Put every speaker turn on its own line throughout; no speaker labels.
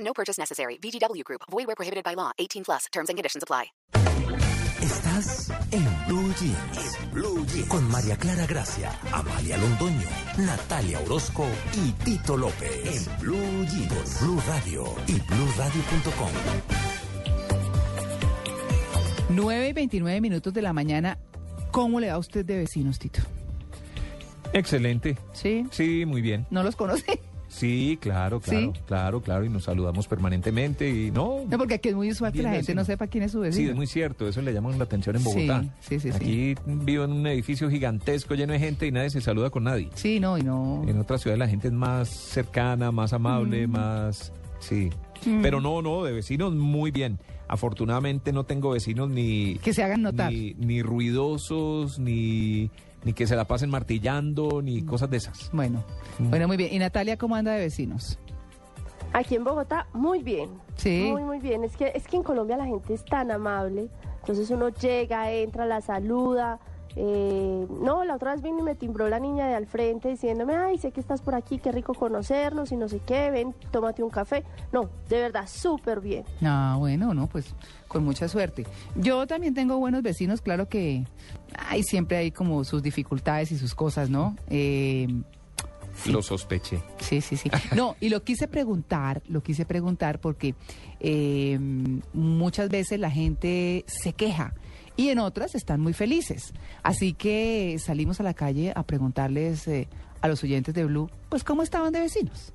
No purchase necessary. VGW Group. Void where prohibited by law. 18 plus. Terms and conditions apply.
Estás en Blue Jeans. Con María Clara Gracia, Amalia Londoño, Natalia Orozco y Tito López. En Blue Jeans. Blue Radio y BlueRadio.com.
9 y 29 minutos de la mañana. ¿Cómo le da usted de vecinos, Tito?
Excelente.
¿Sí?
Sí, muy bien.
¿No los conoce?
Sí, claro, claro,
¿Sí?
claro, claro. Y nos saludamos permanentemente y no.
No, porque aquí es muy usual que
Bien
la gente
vecino.
no sepa quién es su vecino.
Sí, es muy cierto. Eso le llaman la atención en
Sí,
Bogotá.
sí, sí, sí.
Aquí vivo en un edificio gigantesco lleno de gente y nadie se saluda con nadie.
Sí, no, y no.
En otra ciudad la gente es más cercana, más amable,
Mm.
más... Sí. Pero no, no, de vecinos muy bien. Afortunadamente no tengo vecinos ni...
Que se hagan notar.
Ni, ni ruidosos, ni, ni que se la pasen martillando,
Mm.
ni cosas de esas.
Bueno,
mm.
bueno, muy bien. ¿Y Natalia cómo anda de vecinos?
Aquí en Bogotá, muy bien.
Sí.
Muy, muy bien. Es que, es que en Colombia la gente es tan amable. Entonces uno llega, entra, la saluda. eh, no, la otra vez vino y me timbró la niña de al frente diciéndome, ay, sé que estás por aquí, qué rico conocernos y no sé qué, ven, tómate un café. No, de verdad, súper bien.
Ah, bueno, no, pues con mucha suerte. Yo también tengo buenos vecinos, claro que hay siempre hay como sus dificultades y sus cosas, ¿no? Eh,
Lo sospeché.
Sí, sí, sí. No, y lo quise preguntar, lo quise preguntar porque eh, muchas veces la gente se queja y en otras están muy felices. Así que salimos a la calle a preguntarles eh, a los oyentes de Blue, pues cómo estaban de vecinos.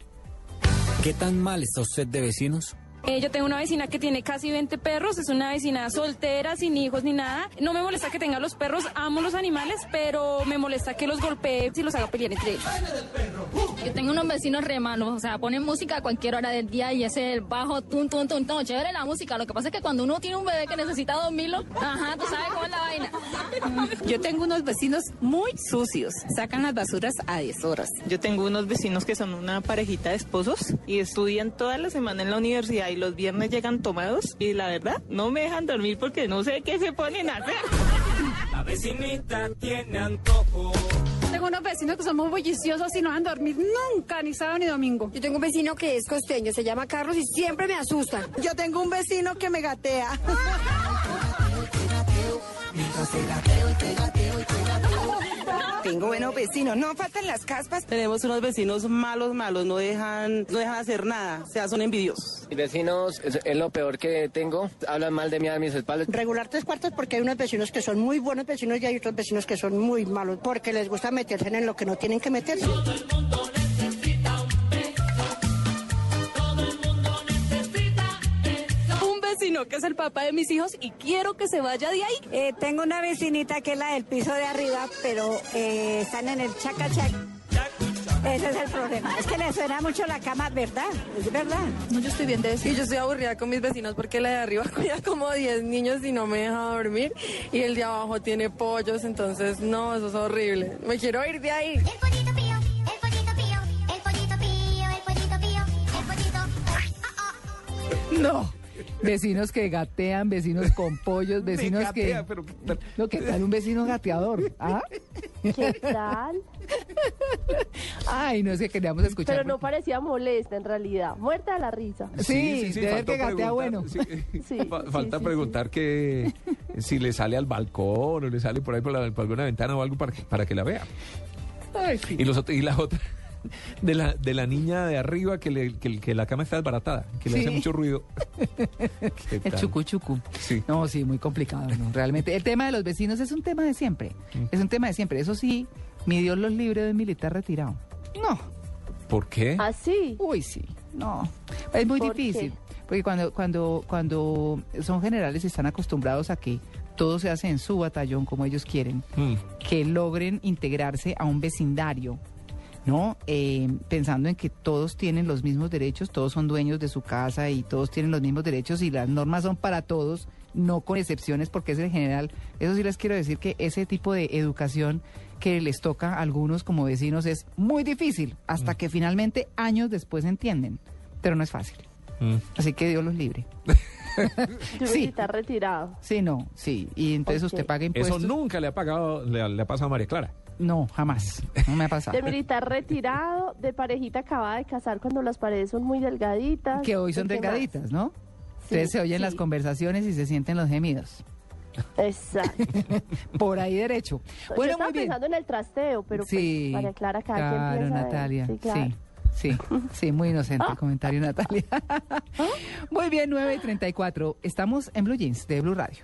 ¿Qué tan mal está usted de vecinos?
Eh, yo tengo una vecina que tiene casi 20 perros, es una vecina soltera, sin hijos ni nada. No me molesta que tenga los perros, amo los animales, pero me molesta que los golpee y los haga pelear entre ellos.
Yo tengo unos vecinos re malos, o sea, ponen música a cualquier hora del día y ese el bajo, tum, tum, tum, tum, chévere la música. Lo que pasa es que cuando uno tiene un bebé que necesita dormirlo, ajá, tú sabes cómo es la vaina.
Yo tengo unos vecinos muy sucios, sacan las basuras a 10 horas. Yo tengo unos vecinos que son una parejita de esposos y estudian toda la semana en la universidad y los viernes llegan tomados y la verdad no me dejan dormir porque no sé qué se ponen a hacer.
Tengo unos vecinos que son muy bulliciosos y no van a dormir nunca, ni sábado ni domingo.
Yo tengo un vecino que es costeño, se llama Carlos y siempre me asusta.
Yo tengo un vecino que me gatea.
Tengo buenos vecinos, no faltan las caspas.
Tenemos unos vecinos malos, malos, no dejan, no dejan hacer nada, o sea, son envidiosos.
Mis vecinos es, es lo peor que tengo. Hablan mal de mí a mis espaldas.
Regular tres cuartos porque hay unos vecinos que son muy buenos vecinos y hay otros vecinos que son muy malos porque les gusta meterse en lo que no tienen que meterse.
Un vecino que es el papá de mis hijos y quiero que se vaya de ahí.
tengo una vecinita que es la del piso de arriba, pero están en el chacachac. Ese es el problema. Es que le suena mucho la cama, ¿verdad? Es verdad.
No, yo estoy bien de eso. Y yo estoy aburrida con mis vecinos porque la de arriba cuida como 10 niños y no me deja dormir. Y el de abajo tiene pollos, entonces no, eso es horrible. Me quiero ir de ahí.
El pollito pío, el pollito pío, el pollito pío, el pollito pío, el pollito.
No. Vecinos que gatean, vecinos con pollos, vecinos
gatea,
que...
pero ¿qué tal?
Lo que tal un vecino gateador. ¿ah?
¿Qué tal?
Ay, no es que queríamos escuchar.
Pero no
porque-
parecía molesta en realidad, muerta de la risa.
Sí, debe
faltó
que gatea
preguntar,
bueno.
sí,
Sí,
fa-
sí,
falta
sí,
preguntar que si le sale al balcón o le sale por ahí por, la, por alguna ventana o algo para que, para que la vea.
Ay, sí.
Y, los, ot- y la otra, de la, de la niña de arriba que, le- que, que la cama está desbaratada, que le
Sí.
hace mucho ruido. ¿Qué
El
tal?
chucu chucu.
Sí.
No, sí, muy complicado, ¿no? Realmente. El tema de los vecinos es un tema de siempre. Es un tema de siempre. Eso sí, mi Dios los libre de un militar retirado. No.
¿Por qué?
Ah.
Ah, Así.
Uy, sí. No. Es muy
¿Por qué?
difícil. Porque cuando, cuando, cuando son generales están acostumbrados a que todo se hace en su batallón como ellos quieren,
Mm.
que logren integrarse a un vecindario. ¿no? Eh, pensando en que todos tienen los mismos derechos, todos son dueños de su casa y todos tienen los mismos derechos y las normas son para todos, no con excepciones, porque es en general. Eso sí les quiero decir que ese tipo de educación que les toca a algunos como vecinos es muy difícil, hasta que finalmente años después entienden, pero no es fácil.
mm.
Así que Dios los libre.
Yo
Sí.
está retirado.
Sí, no, sí. Y entonces
Ok.
usted paga impuestos.
Eso nunca le ha pagado, le, le ha pasado a María Clara.
No, jamás. No me ha pasado.
De militar retirado, de parejita acabada de casar cuando las paredes son muy delgaditas.
Que hoy son
¿Y qué más?
delgaditas, ¿no? Ustedes se oyen las conversaciones y se sienten los gemidos.
Exacto.
Por ahí derecho.
Yo
Bueno,
estaba
muy bien.
pensando en el trasteo, pero
Sí,
pues, para Clara, cada
claro,
quien piensa de-
Natalia.
sí, claro.
Sí, sí, sí, muy inocente el comentario, Natalia. muy bien, 9 y 34. Estamos en Blue Jeans de Blue Radio.